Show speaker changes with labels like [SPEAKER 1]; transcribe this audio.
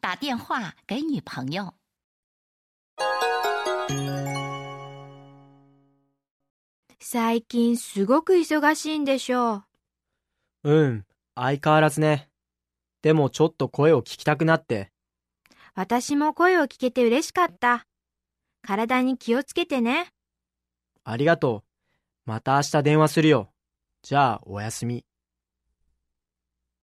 [SPEAKER 1] 打电话给女朋友。
[SPEAKER 2] 最近すごく忙しいんでしょう。
[SPEAKER 3] うん、相変わらずね。でもちょっと声を聞きたくなって。
[SPEAKER 2] 私も声を聞けて嬉しかった。体に気をつけてね。
[SPEAKER 3] ありがとう。また明日電話するよ。じゃあ、おやすみ。